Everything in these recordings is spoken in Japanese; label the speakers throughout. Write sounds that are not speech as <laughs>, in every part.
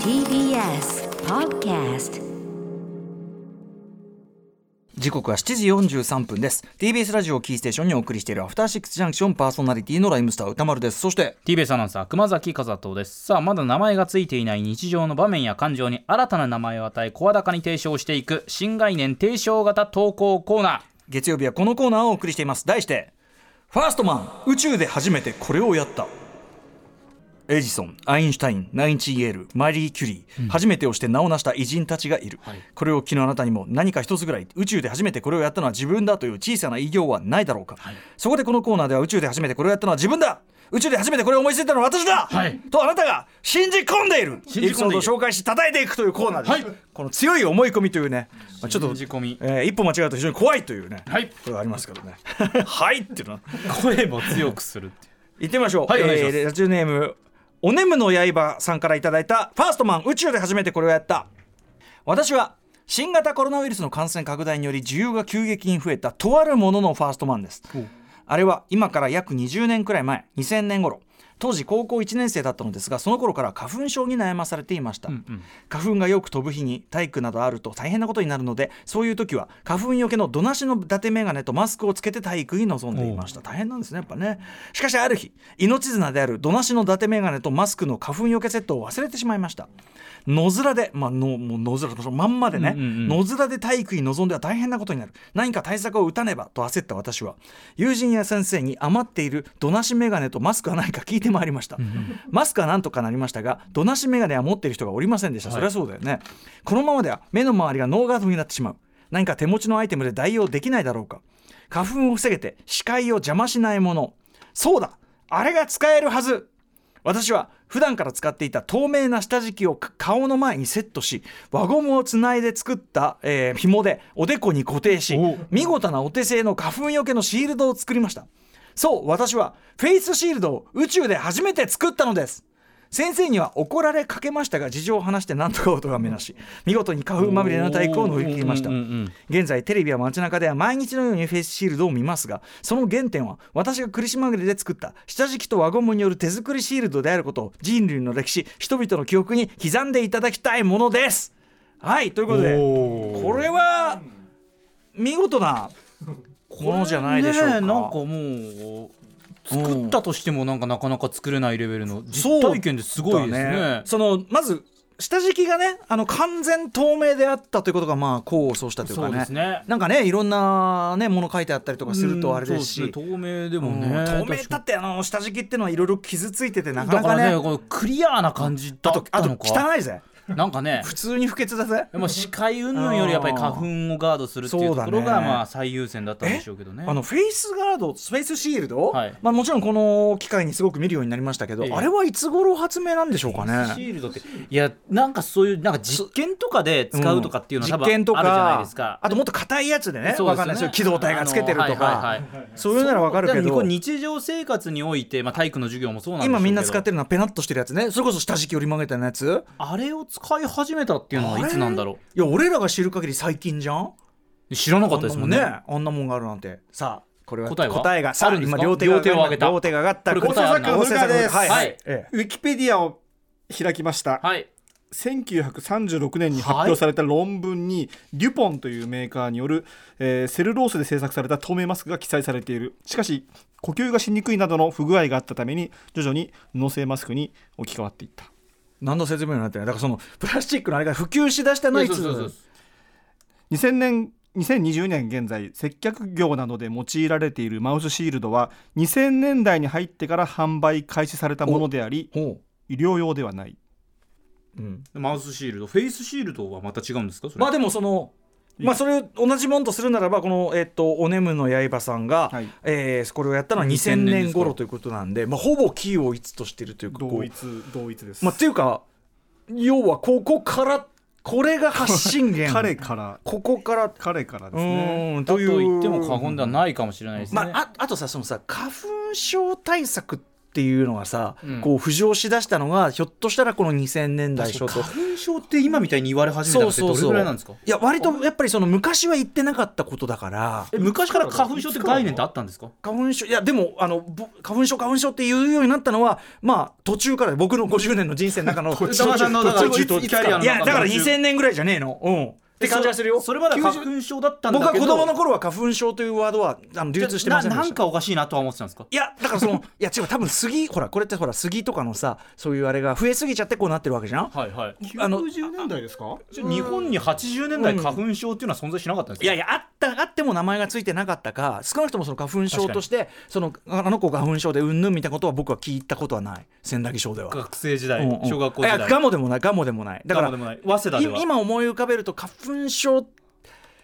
Speaker 1: TBS Podcast
Speaker 2: 時刻は7時43分です TBS ラジオをキーステーションにお送りしているアフターシックスジャンクションパーソナリティのライムスター歌丸ですそして
Speaker 3: TBS アナウンサー熊崎和人ですさあまだ名前がついていない日常の場面や感情に新たな名前を与え声高に提唱していく新概念提唱型投稿コーナ
Speaker 2: 月曜日はこのコーナーをお送りしています題してファーストマン宇宙で初めてこれをやったエジソン、アインシュタイン、ナインチーエール、マリー・キュリー、初めてをして名を成した偉人たちがいる、これを昨日あなたにも何か一つぐらい宇宙で初めてこれをやったのは自分だという小さな偉業はないだろうか、そこでこのコーナーでは宇宙で初めてこれをやったのは自分だ宇宙で初めてこれを思いついたのは私だ、
Speaker 3: はい
Speaker 2: とあなたが信じ込んでいる
Speaker 3: 信
Speaker 2: エ
Speaker 3: じ
Speaker 2: ピ
Speaker 3: 込
Speaker 2: ソー
Speaker 3: ん
Speaker 2: ド
Speaker 3: でい
Speaker 2: を
Speaker 3: る
Speaker 2: 紹介し叩いていくというコーナーです、
Speaker 3: はい
Speaker 2: この強い思い込みというね、まあちょっと
Speaker 3: 信じ込み
Speaker 2: えー一歩間違うと非常に怖いというね、
Speaker 3: はい
Speaker 2: これがありますからね <laughs> はいっていうのは
Speaker 3: ー声も強くするっていう
Speaker 2: 行ってみましょう、
Speaker 3: はいお願いします
Speaker 2: ラジオネームおねむの刃さんからいただいたファーストマン宇宙で初めてこれをやった私は新型コロナウイルスの感染拡大により需要が急激に増えたとあるもののファーストマンですあれは今から約20年くらい前2000年頃当時高校1年生だったのですがその頃から花粉症に悩まされていました、花粉がよく飛ぶ日に体育などあると大変なことになるのでそういう時は花粉よけのどなしの伊達眼鏡とマスクをつけて体育に臨んでいました大変なんですねやっぱねしかしある日命綱であるどなしの伊達眼鏡とマスクの花粉よけセットを忘れてしまいました野面で、まあ、のもう野面のまんまでね、
Speaker 3: うんうんうん
Speaker 2: 野面で体育に臨んでは大変なことになる何か対策を打たねばと焦った私は友人や先生に余っているどなし眼鏡とマスクはないか聞いてまいりました、マスクはなんとかなりましたがどなし眼鏡は持っている人がおりませんでした、そりゃそうだよねこのままでは目の周りがノーガードになってしまう何か手持ちのアイテムで代用できないだろうか花粉を防げて視界を邪魔しないものそうだあれが使えるはず私は普段から使っていた透明な下敷きをか顔の前にセットし輪ゴムをつないで作った、えー紐でおでこに固定し
Speaker 3: お
Speaker 2: 見事なお手製の花粉よけのシールドを作りましたそう私はフェイスシールドを宇宙で初めて作ったのです先生には怒られかけましたが事情を話して何とかおとがめなし見事に花粉まみれの体育を乗り切りました
Speaker 3: うんうんうん
Speaker 2: 現在テレビや街中では毎日のようにフェイスシールドを見ますがその原点は私が苦しまぐれで作った下敷きと輪ゴムによる手作りシールドであることを人類の歴史人々の記憶に刻んでいただきたいものですはいということで
Speaker 3: おー
Speaker 2: これは見事なものじゃないでしょうか
Speaker 3: ねえなんかもう作ったとしてもなんかなかなか作れないレベルの実体験ですごいです
Speaker 2: だ
Speaker 3: ね
Speaker 2: そのまず下敷きがねあの完全透明であったということがまあ功を奏したというか
Speaker 3: そう
Speaker 2: ね
Speaker 3: ですね
Speaker 2: なんかねいろんなねもの書いてあったりとかする
Speaker 3: う
Speaker 2: と
Speaker 3: ん
Speaker 2: あれですし、
Speaker 3: そうね透明でも
Speaker 2: うん
Speaker 3: ね
Speaker 2: 透明
Speaker 3: 確か
Speaker 2: だってあの下敷きってのはいろいろ傷ついててな
Speaker 3: に
Speaker 2: かな
Speaker 3: だか
Speaker 2: からね
Speaker 3: ねこのクリアな感じだ
Speaker 2: あ
Speaker 3: っ
Speaker 2: と
Speaker 3: た
Speaker 2: あと
Speaker 3: のか
Speaker 2: 汚いぜ
Speaker 3: なんかね
Speaker 2: 普通に不潔だぜ
Speaker 3: でも視界云々よりやっぱり花粉をガードするっていうところ
Speaker 2: そうだ
Speaker 3: が
Speaker 2: ね
Speaker 3: まあ最優先だったんでしょうけどね。
Speaker 2: あのフェイスガードフェイスシールド、
Speaker 3: はい
Speaker 2: まあ、もちろんこの機会にすごく見るようになりましたけど、
Speaker 3: ええ
Speaker 2: あれはいつ頃発明なんでしょうか
Speaker 3: シ
Speaker 2: ね
Speaker 3: ールドっていやなんかそういうなんか実験とかで使うとかっていうの
Speaker 2: 実
Speaker 3: は多分あ
Speaker 2: 験
Speaker 3: る
Speaker 2: と
Speaker 3: じ
Speaker 2: か
Speaker 3: ゃないですか。
Speaker 2: あともっと硬いやつでね
Speaker 3: そう
Speaker 2: わ
Speaker 3: ですよね
Speaker 2: かんないですよ機動隊がつけてるとか、
Speaker 3: あのはいはいはい
Speaker 2: そういうならわかるけ
Speaker 3: でもこ
Speaker 2: ど
Speaker 3: れ日常生活においてまあ体育の授業もそうなんですけど
Speaker 2: 今みんな使ってるのはペナッとしてるやつねそれこそ下敷き折り曲げたようなやつ
Speaker 3: あれを使い始めたっていうのはいつなんだろ
Speaker 2: あれいや俺らが知る限り最近じゃん
Speaker 3: う知らなかったですもんね。
Speaker 2: あんなもんがあるなんてさあこれは
Speaker 3: 答えは
Speaker 2: がさ
Speaker 3: あ
Speaker 2: あ
Speaker 3: るんですか
Speaker 2: 今両手が
Speaker 3: 両手を上げた
Speaker 2: 両手が上がった
Speaker 3: これ答えあるの
Speaker 2: 合成作
Speaker 4: 合成作
Speaker 2: はい、
Speaker 3: はい
Speaker 2: ええ
Speaker 4: ウィキペディアを開きました、
Speaker 3: はい。
Speaker 4: 1936年に発表された論文に、デュポンというメーカーによる、えーセルロースで製作された透明マスクが記載されているしかし呼吸がしにくいなどの不具合があったために徐々に布製マスクに置き換わっていった
Speaker 2: 何の説明になってないだからそのプラスチックのあれが普及しだしたのはいつ
Speaker 3: そうそうそうそう
Speaker 4: 2000年2020年現在接客業などで用いられているマウスシールドは2000年代に入ってから販売開始されたものであり
Speaker 2: ほ、
Speaker 4: 医療用ではないう
Speaker 2: うん、
Speaker 3: マウスシールドフェイスシールドはまた違うんですかそれ
Speaker 2: まあでもそのまあそれを同じもんとするならばこのえっとおねむの刃さんが、
Speaker 4: はい
Speaker 2: えーこれをやったのは2000
Speaker 3: 2000年で
Speaker 2: 年
Speaker 3: すか
Speaker 2: 頃ということなんでまあほぼキーを一としてるというかこう
Speaker 4: 同一同一です、
Speaker 2: まあっていうか要はここからこれが発信源
Speaker 4: <laughs> 彼から
Speaker 2: ここから
Speaker 4: 彼から
Speaker 2: う
Speaker 4: ですね
Speaker 2: ーん
Speaker 3: だ
Speaker 2: と
Speaker 3: と
Speaker 2: いう
Speaker 3: 言っても過言ではないかもしれないですね。
Speaker 2: まあ、ああとさそのさ花粉症対策っっていうのがさ、
Speaker 3: うん
Speaker 2: こう浮上しだしたのがひょっとしたらこの2000年代初
Speaker 5: 花
Speaker 2: 頭
Speaker 5: 粉症って今みたいに言われ始めたのってどれぐらいなんですか
Speaker 2: いや割とやっぱりその昔は言ってなかったことだから
Speaker 3: え昔から花粉症って概念ってあったんですか
Speaker 2: 花粉症いやでもあのぼ花粉症花粉症って言うようになったのはまあ途中から僕の50年の人生の中の
Speaker 3: <laughs> 宇多丸さんのだから
Speaker 5: 途中途中
Speaker 3: いつキャリアの中
Speaker 2: いやだから
Speaker 3: 途中
Speaker 2: 2000年ぐらいじゃねえのうんって感じはするよ
Speaker 3: それまでは花粉症だったんだ
Speaker 2: 僕
Speaker 3: け
Speaker 2: は
Speaker 3: ど
Speaker 2: 子供の頃は花粉症というワードはあの流通してませんでした
Speaker 3: ななんかおかしいなとは思ってたんですか
Speaker 2: いやだからそのいや違う多分杉ほらこれってほら杉とかのさそういうあれが増えすぎちゃってこうなってるわけじゃん
Speaker 3: はいはい
Speaker 2: あの
Speaker 4: 90年代ですか
Speaker 3: じゃあ日本に80年代花粉症っていうのは存在しなかったんですか
Speaker 2: いやいやあったあっても名前がついてなかったか少なくともその花粉症としてそのああの子が花粉症でうんぬんみたいなことは僕は聞いたことはない千駄木症では。
Speaker 3: 学生時代、
Speaker 2: うんうん
Speaker 3: 小学校時
Speaker 2: いや
Speaker 3: 代
Speaker 2: ガモでもないガモでもないだから
Speaker 3: ガモでもない早稲田ではい
Speaker 2: 今思い浮かべると花粉症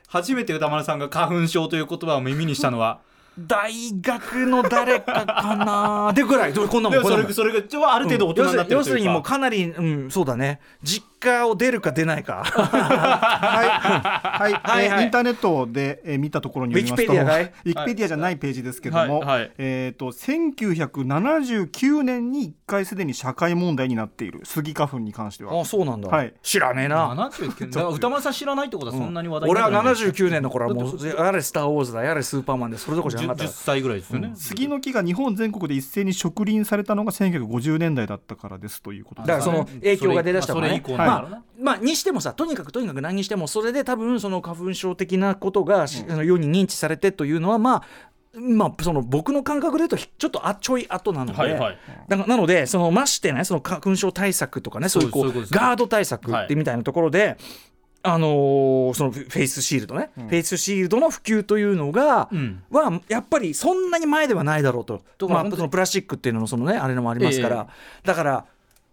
Speaker 3: 初めて歌丸さんが花粉症という言葉を耳にしたのは
Speaker 2: 大学の誰かか
Speaker 3: <laughs>
Speaker 2: なでぐらいどうこんなも
Speaker 3: で
Speaker 2: ん
Speaker 3: も
Speaker 2: こん
Speaker 3: そ
Speaker 2: なもん
Speaker 3: れそれがちょある程度大人になって
Speaker 2: 要
Speaker 3: る
Speaker 2: す
Speaker 3: と
Speaker 2: る
Speaker 3: い
Speaker 2: に
Speaker 3: うか、
Speaker 2: もうかなり、うん、そうだね実家を出るか出ない
Speaker 3: <laughs>
Speaker 2: か
Speaker 4: はい、
Speaker 2: はい
Speaker 4: えー
Speaker 2: はい
Speaker 4: インターネットで、えー見たところによりますと
Speaker 2: Wikipedia かい
Speaker 4: ウィキペディアじゃないページですけども、
Speaker 3: はいはい
Speaker 4: えー、と1979年に1回すでに社会問題になっているスギ花粉に関しては
Speaker 2: あそうなんだ、
Speaker 4: はい
Speaker 2: 知らねえな
Speaker 3: 79だから歌丸さん知らないってことはそんなに話題に
Speaker 2: 俺
Speaker 3: な
Speaker 2: は
Speaker 3: らない
Speaker 2: 79年の頃はも
Speaker 3: <laughs>
Speaker 2: うやれ「スター・ウォーズ」だやれ「スーパーマン」でそれどころじゃなか
Speaker 3: 10,
Speaker 2: ったから
Speaker 3: 歳ぐらいですよね、
Speaker 4: 杉の木が日本全国で一斉に植林されたのが1950年代だったからですということ
Speaker 2: だ
Speaker 4: で
Speaker 2: か
Speaker 4: す
Speaker 2: らその影響が出だしたの
Speaker 3: それ以
Speaker 2: ね
Speaker 3: 降なんだろう
Speaker 2: ま
Speaker 3: な
Speaker 2: あまあにしてもさとにかくとにかく何にしてもそれで多分その花粉症的なことがしあの世に認知されてというのはまあまあ、その僕の感覚で言うとひちょっとあちょい後なので、
Speaker 3: はいはい
Speaker 2: だからなのでそのましてねその花粉症対策とかねそういうこう
Speaker 3: そういうことですね
Speaker 2: ガード対策ってみたいなところで、あのーそのフェイスシールドね、フェイスシールドの普及というのが、
Speaker 3: うん
Speaker 2: はやっぱりそんなに前ではないだろうと
Speaker 3: とか
Speaker 2: まあ、
Speaker 3: 本当に
Speaker 2: そのプラスチックっていうののそのねあれのもありますから、だから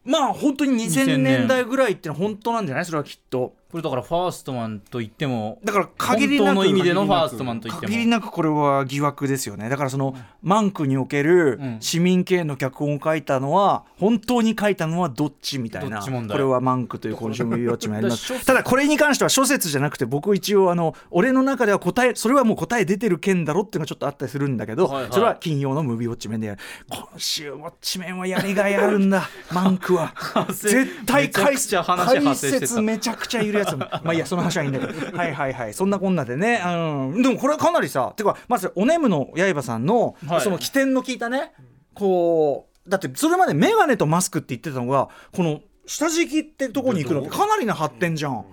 Speaker 2: まあ本当に2000
Speaker 3: 2000年
Speaker 2: 年代ぐらいってのは本当なんじゃないそれはきっと
Speaker 3: これだからファーストマンと言っても
Speaker 2: だから限りな
Speaker 3: 本
Speaker 2: く
Speaker 3: 当の意味でのファーストマンと言っても
Speaker 2: 限りなくこれは疑惑ですよねだからそのマンクにおける
Speaker 3: うん
Speaker 2: 市民系の脚本を書いたのは本当に書いたのはどっちみたい
Speaker 3: ど
Speaker 2: な
Speaker 3: っち問題
Speaker 2: これはマンクという今週も言うやつもやりま
Speaker 3: だから諸
Speaker 2: すただこれに関しては諸説じゃなくて僕一応あの俺の中では答えそれはもう答え出てる件だろっていうのがちょっとあったりするんだけど、
Speaker 3: はいはい
Speaker 2: それは金曜のムービーウォッチメンでやる今週ウォッチメンはやりがいある
Speaker 3: <laughs>
Speaker 2: んだマンクは
Speaker 3: 生
Speaker 2: 絶対解
Speaker 3: めちゃくちゃ話
Speaker 2: 解
Speaker 3: 派生してた
Speaker 2: 説めちゃくちゃいるやつ
Speaker 3: <laughs>
Speaker 2: もまあいいやその話はいいんだけどはいはいはいそんなこんなでね、うん、でもこれはかなりさてかまずおねむの刃さんの、
Speaker 3: はい
Speaker 2: その起点の効いたねこうだってそれまで眼鏡とマスクって言ってたのがこの下敷きってとこに行くのってかなりな発展じゃん。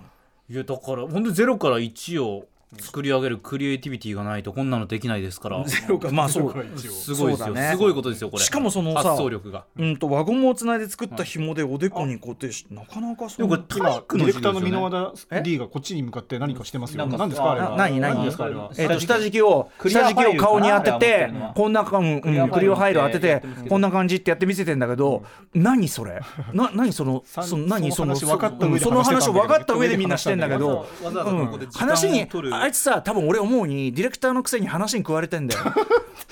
Speaker 3: いやだから本当にゼロから1を作り上げるクリエイティビティがないとこんなのできないで
Speaker 2: <laughs>
Speaker 3: すから
Speaker 2: まあそう
Speaker 3: すごいです
Speaker 2: そう
Speaker 3: よ、
Speaker 2: だね
Speaker 3: すごいことですよこれ
Speaker 2: しかもそのさ
Speaker 3: 発想力が
Speaker 2: うんと輪ゴムをつないで作った紐でおでこに固定して、なかなかそ
Speaker 3: で
Speaker 2: う
Speaker 3: もこれ体
Speaker 4: 今
Speaker 3: 育
Speaker 4: デ
Speaker 3: の
Speaker 4: ィレク
Speaker 3: 授
Speaker 4: タ
Speaker 3: 業です
Speaker 4: ーの箕
Speaker 3: よ
Speaker 4: 輪
Speaker 3: ね
Speaker 4: 田
Speaker 2: え
Speaker 4: D がこっちに向かって何かしてます
Speaker 5: な
Speaker 4: よ
Speaker 5: んか
Speaker 4: 何ですかあれ
Speaker 2: な
Speaker 4: は
Speaker 2: 何何
Speaker 4: 何ですかあれは
Speaker 2: えっと下敷きを
Speaker 5: クリア
Speaker 2: 下
Speaker 5: ファイル
Speaker 2: 敷きを顔に当て
Speaker 5: かなあれは
Speaker 2: て
Speaker 5: 持ってるのは
Speaker 2: こんなかうんうんク
Speaker 5: ク
Speaker 2: リ
Speaker 5: リ
Speaker 2: ア
Speaker 5: ア
Speaker 2: フ
Speaker 5: フ
Speaker 2: ァ
Speaker 5: ァ
Speaker 2: イ
Speaker 5: イ
Speaker 2: ル
Speaker 5: ル
Speaker 2: 当
Speaker 5: 当て
Speaker 2: てて
Speaker 5: て
Speaker 2: こんな感じってやって見せてんだけど何それな何その
Speaker 4: さん
Speaker 2: その何そ
Speaker 4: そ
Speaker 2: の
Speaker 4: の話分かった上で
Speaker 2: その話を分かった上でみんな
Speaker 4: 話
Speaker 2: し
Speaker 4: した
Speaker 2: てん
Speaker 4: ん
Speaker 2: だ
Speaker 4: だ
Speaker 2: け
Speaker 4: け
Speaker 2: ど
Speaker 4: ど
Speaker 3: わざわざ
Speaker 2: う
Speaker 3: こ
Speaker 2: ん
Speaker 3: こで時間
Speaker 2: 話に
Speaker 3: を取る
Speaker 2: あいつさ多分俺思うにディレクターのくせに話に食われてんだよ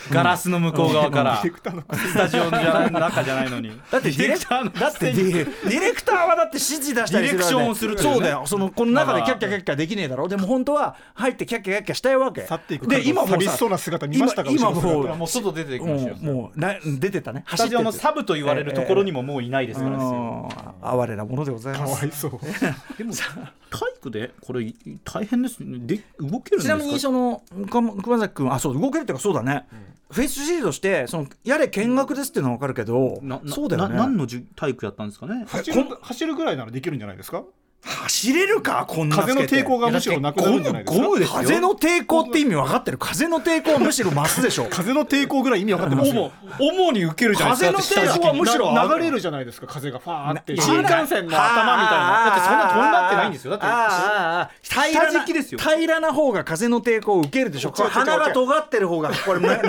Speaker 3: ガラスの向こう側か
Speaker 4: デ
Speaker 3: ら
Speaker 4: ィレクターの
Speaker 3: スタジオのじゃ中じゃないのに
Speaker 2: だってディレクターのだってディレディレクターはだって指示出したりするわけ
Speaker 3: ディレクションをするっていうね
Speaker 2: そうだよそのこの中でキャッキャキャッキャできねえだろでも本当は入ってキャッキャキャッキャしたいわけ
Speaker 4: 去っていく
Speaker 2: で今もさ
Speaker 4: 寂しそうな姿見ましたか
Speaker 2: 今
Speaker 4: 後ろ
Speaker 2: 今
Speaker 4: の
Speaker 2: もう
Speaker 3: もう
Speaker 4: 姿
Speaker 3: 外出てきまし
Speaker 2: も
Speaker 3: たよ
Speaker 2: うもうな出てたね
Speaker 3: ス
Speaker 2: 走って
Speaker 3: タジ
Speaker 2: て
Speaker 3: オのサブと言われるところにももういないですからですよ
Speaker 2: あ哀れなものでござい
Speaker 4: か
Speaker 2: ま
Speaker 4: わ
Speaker 2: す
Speaker 4: いそう
Speaker 3: でも体育でこれ大変ですねで動けるんです
Speaker 2: ち
Speaker 3: か
Speaker 2: なみにその熊熊崎君あそう動けるっていうかそうだね、フェイスシールドしてそのやれ見学ですっていうのは分かるけど、
Speaker 3: なな
Speaker 2: そうだよ
Speaker 3: な何
Speaker 2: ね
Speaker 3: のじゅ体育やったんですかね
Speaker 4: 走る走るぐらいならできるんじゃないですか
Speaker 2: 走れるかこんなつけ
Speaker 4: 風
Speaker 2: て
Speaker 4: の抵抗がむしろなくなるんじゃないですか
Speaker 3: ゴムゴムですよ
Speaker 2: 風の抵抗って意味分かってる風の抵抗はむしろ増すでしょ
Speaker 4: 風の抵抗ぐらい意味わかってますよ
Speaker 3: 主に受けるじゃないで
Speaker 2: 風
Speaker 3: すか
Speaker 2: の
Speaker 3: だって下
Speaker 2: 抵抗
Speaker 3: 敷き
Speaker 2: はむしろ上が
Speaker 4: な
Speaker 2: る
Speaker 4: 流れるじゃないですか風がファーって
Speaker 2: な
Speaker 4: 新幹線の頭みたいなだってそんな飛んだってないんですよだって
Speaker 2: て平らな
Speaker 3: 下敷きですよ
Speaker 2: 平らな方が風の抵抗を受けるでしょこれ鼻 <laughs> が尖ってる方がこれだって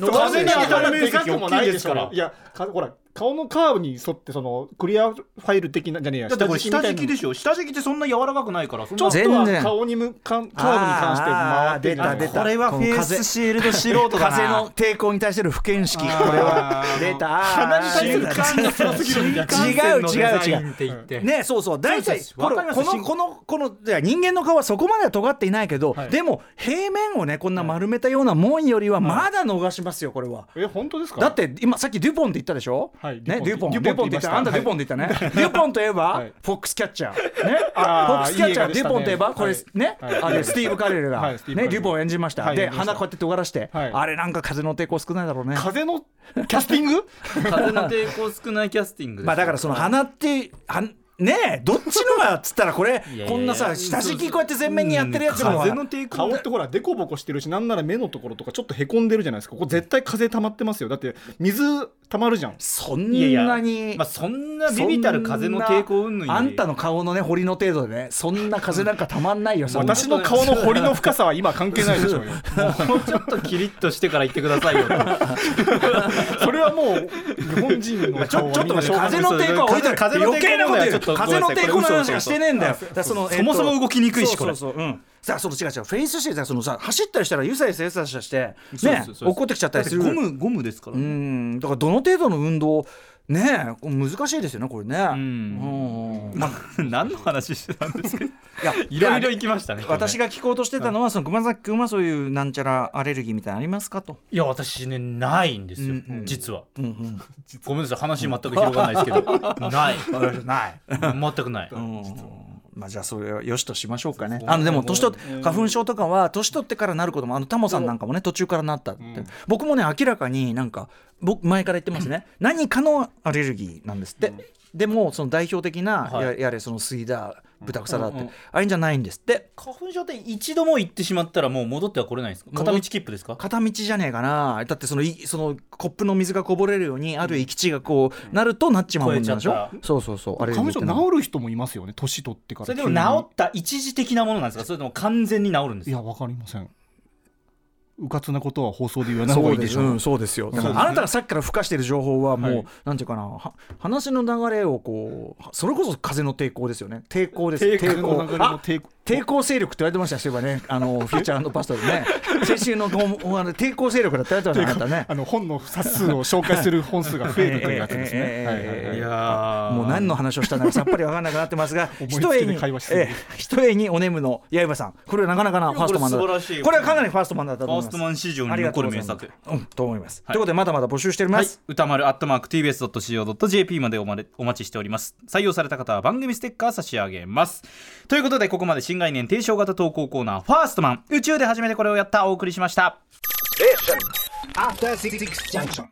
Speaker 4: 風に当たる面
Speaker 5: でか
Speaker 4: 積
Speaker 5: くも
Speaker 4: も
Speaker 5: な
Speaker 4: ないい
Speaker 5: で
Speaker 4: ですす
Speaker 5: か
Speaker 4: かららいやかほら顔のカーブに沿ってそのクリアファイル的なじゃねえや
Speaker 5: だってこれ下敷き
Speaker 4: みたいな
Speaker 5: でしょ下敷きってそんな柔らかくないからそん
Speaker 4: ちょ
Speaker 5: な
Speaker 4: っと
Speaker 2: 全
Speaker 4: は
Speaker 2: 然
Speaker 4: 顔に向かんカーブに関して回ってる
Speaker 2: あー出た出た
Speaker 5: これは
Speaker 2: この
Speaker 5: フェイ
Speaker 2: 風
Speaker 5: スシールド素人だな
Speaker 2: 風の抵抗に対する不見識これは出た
Speaker 4: 鼻に対する
Speaker 2: 違
Speaker 4: 感が強すぎるみたいな
Speaker 2: う違う違う
Speaker 5: って言って
Speaker 2: ねそうそう大体
Speaker 5: そう
Speaker 2: こ
Speaker 5: わ
Speaker 2: れ
Speaker 5: かります
Speaker 2: このこのこのいや人間の顔はそこまでは尖っていないけど、
Speaker 4: はい
Speaker 2: でも平面をねこんな丸めたようなもんよりはまだ逃しますよこれは。
Speaker 4: え本当ですか
Speaker 2: だって今さっきデュポンって言ったでしょ、
Speaker 4: はい
Speaker 2: ね、デ
Speaker 4: デ
Speaker 2: ュ
Speaker 4: ュ
Speaker 2: ポン
Speaker 4: ポン
Speaker 2: デュポンって言ったあんたデュ
Speaker 4: デュ
Speaker 2: ポ
Speaker 4: ポ
Speaker 2: ン
Speaker 4: ン
Speaker 2: って言ったね
Speaker 4: <laughs>
Speaker 2: デュポンといえば、
Speaker 4: はい
Speaker 2: フォックスキャッチャーね
Speaker 4: <laughs>
Speaker 2: フォッ
Speaker 4: あー
Speaker 2: クスキャッチャー
Speaker 4: いい映画でし
Speaker 2: デ
Speaker 4: た
Speaker 2: ュ
Speaker 4: ね
Speaker 2: ポンといえばこれ、
Speaker 4: はい
Speaker 2: ね
Speaker 4: はい
Speaker 2: あれスティーブ・カレルが、
Speaker 4: はい
Speaker 2: ね
Speaker 4: スティーブカレル
Speaker 2: デュポン演じました、
Speaker 4: はい
Speaker 2: で
Speaker 4: 演じました
Speaker 2: 鼻こうやって尖らして、
Speaker 4: はい
Speaker 2: あれなんか風の抵抗少ないだろうね
Speaker 4: 風のキャスティング <laughs>
Speaker 3: 風の抵抗少ないキャスティングです
Speaker 2: まあだからその鼻ってはんねえどっちのがっつったらこれ
Speaker 3: いや
Speaker 2: こんなさ下敷きこうやって前面にやってるやつも
Speaker 4: 風の抵抗顔ってほらデコボコしてるしなんなら目のところとかちょっとへこんでるじゃないですかここ絶対風溜まってますよだって水溜まるじゃん
Speaker 2: そん
Speaker 5: いやいや
Speaker 2: なに
Speaker 5: まあ、そんなビビたる風の抵抗云々より
Speaker 2: あんたの顔のね堀の程度でねそんな風なんかたまんないよそんな
Speaker 4: 私の顔の彫りの深さは今関係ないでしょうよ
Speaker 5: もうちょっとキリッとしてから言ってくださ
Speaker 2: <laughs>
Speaker 5: いよ
Speaker 4: それはもう日本人の
Speaker 2: ちょ
Speaker 4: 顔
Speaker 2: ちょ
Speaker 4: は
Speaker 2: っ
Speaker 4: み
Speaker 2: と
Speaker 4: んな
Speaker 2: 待って風の抵
Speaker 4: 紹介
Speaker 2: 抗は置いてる
Speaker 5: 風の抵抗
Speaker 2: 余計なこと言う
Speaker 5: ちょっとご
Speaker 2: 風
Speaker 5: めん
Speaker 2: の
Speaker 5: なさい
Speaker 2: 抵抗の話
Speaker 5: これ嘘嘘嘘
Speaker 2: がしてねえんだよだからその
Speaker 5: そもそも動きにくいし
Speaker 2: そうそうそううんさあその違う違うフェイスシールドはそのさ走ったりしたらゆさゆさゆさゆさして
Speaker 5: そう
Speaker 2: ね
Speaker 5: そうそう
Speaker 2: 怒ってきちゃった
Speaker 5: だっ
Speaker 2: りす
Speaker 5: て
Speaker 2: る
Speaker 5: ゴムゴムですから、
Speaker 2: うんだからどの程度の運動をねえ難しいですよねこれね。うんまあ
Speaker 5: <laughs> 何の話してたんですか
Speaker 2: <laughs> いや
Speaker 5: いろいろ行きましたね
Speaker 2: 私
Speaker 5: が
Speaker 2: が聞こうとしてたのはその熊崎君はそういうなんちゃらアレルギーみたいなのありますかと。
Speaker 5: いや私ねないんですよ、実は
Speaker 2: うんうん
Speaker 5: ごめんなさい話全く広がらないですけどない
Speaker 2: ない。
Speaker 5: 全くない、 <laughs>
Speaker 2: まあじゃあそれはよしとしましょうかね。あのでも年取って花粉症とかは年取ってからなることもあのタモさんなんかもね途中からなったって、僕もね明らかになんか僕前から言ってますね何かのアレルギーなんですって。でもその代表的なや,、
Speaker 5: はい
Speaker 2: やれその水だ豚草だって、あれじゃないんですって
Speaker 5: 花粉症って一度も行ってしまったらもう戻ってはこれないんですか
Speaker 2: 戻っ
Speaker 5: 片道切符ですか
Speaker 2: 片道じゃねえかなだってそのいそのコップの水がこぼれるようにある行き地がこうなるとなっちまうもんなんでしょ、
Speaker 5: 超えちゃった
Speaker 2: そうそうそうあれ
Speaker 4: 花粉症治る人もいますよね年取ってから
Speaker 5: それでも治った一時的なものなんですかそれとも完全に治るんです
Speaker 4: い
Speaker 5: か
Speaker 4: やわかりませんうかつなことは放送で言わない方がいいでしょ
Speaker 2: そう
Speaker 4: う
Speaker 2: です,、そうですよだか
Speaker 4: そ
Speaker 2: ら
Speaker 4: うです
Speaker 2: あ
Speaker 4: ね
Speaker 2: なたがさっきから付加してる情報はもう、
Speaker 4: はい
Speaker 2: なんていうかなは話の流れをこうはそれこそ風の抵抗ですよね抵抗です
Speaker 4: 抵抗の流れの
Speaker 2: あ
Speaker 4: 抵抗
Speaker 2: 抵抗勢力って言われてましたそういえばねあのフューチャーパスタでね先週のごあの抵抗勢力だって言われてましたあなた
Speaker 4: あ
Speaker 2: ね
Speaker 4: の本の冊数を紹介する本数が増えるというやつで
Speaker 2: <laughs>
Speaker 4: す
Speaker 2: え
Speaker 4: ね。
Speaker 2: えええ
Speaker 4: はいはい
Speaker 2: ええ
Speaker 4: はい
Speaker 2: ええ
Speaker 4: いや
Speaker 5: や
Speaker 2: もう何の話をしたのかさっぱり分からなくなってますが
Speaker 4: 思い
Speaker 2: 一
Speaker 4: つ
Speaker 2: 重に
Speaker 4: きで会話しすぎ
Speaker 2: え
Speaker 4: る
Speaker 2: え一重におねむの刃さんこれはなかなかなファーストマンだ
Speaker 5: いやこれ素晴らしい
Speaker 2: これはかなりファーストマンだったと
Speaker 5: ファース
Speaker 2: 思います
Speaker 5: トマン史上に
Speaker 2: ありがと
Speaker 5: 残
Speaker 2: うご
Speaker 5: る
Speaker 2: ざい
Speaker 5: 名
Speaker 2: ます
Speaker 5: 作
Speaker 2: うんと思います、
Speaker 5: はい
Speaker 2: ということでまだまだ募集しておりま
Speaker 5: はい
Speaker 2: す、、
Speaker 3: 歌丸アットマーク TBS.CO.JP までおまれお待ちしております採用された方は番組ステッカー差し上げますということでここまで新概念提唱型投稿コーナーファーストマン宇宙で初めてこれをやったお送りしました
Speaker 6: After Six Junction.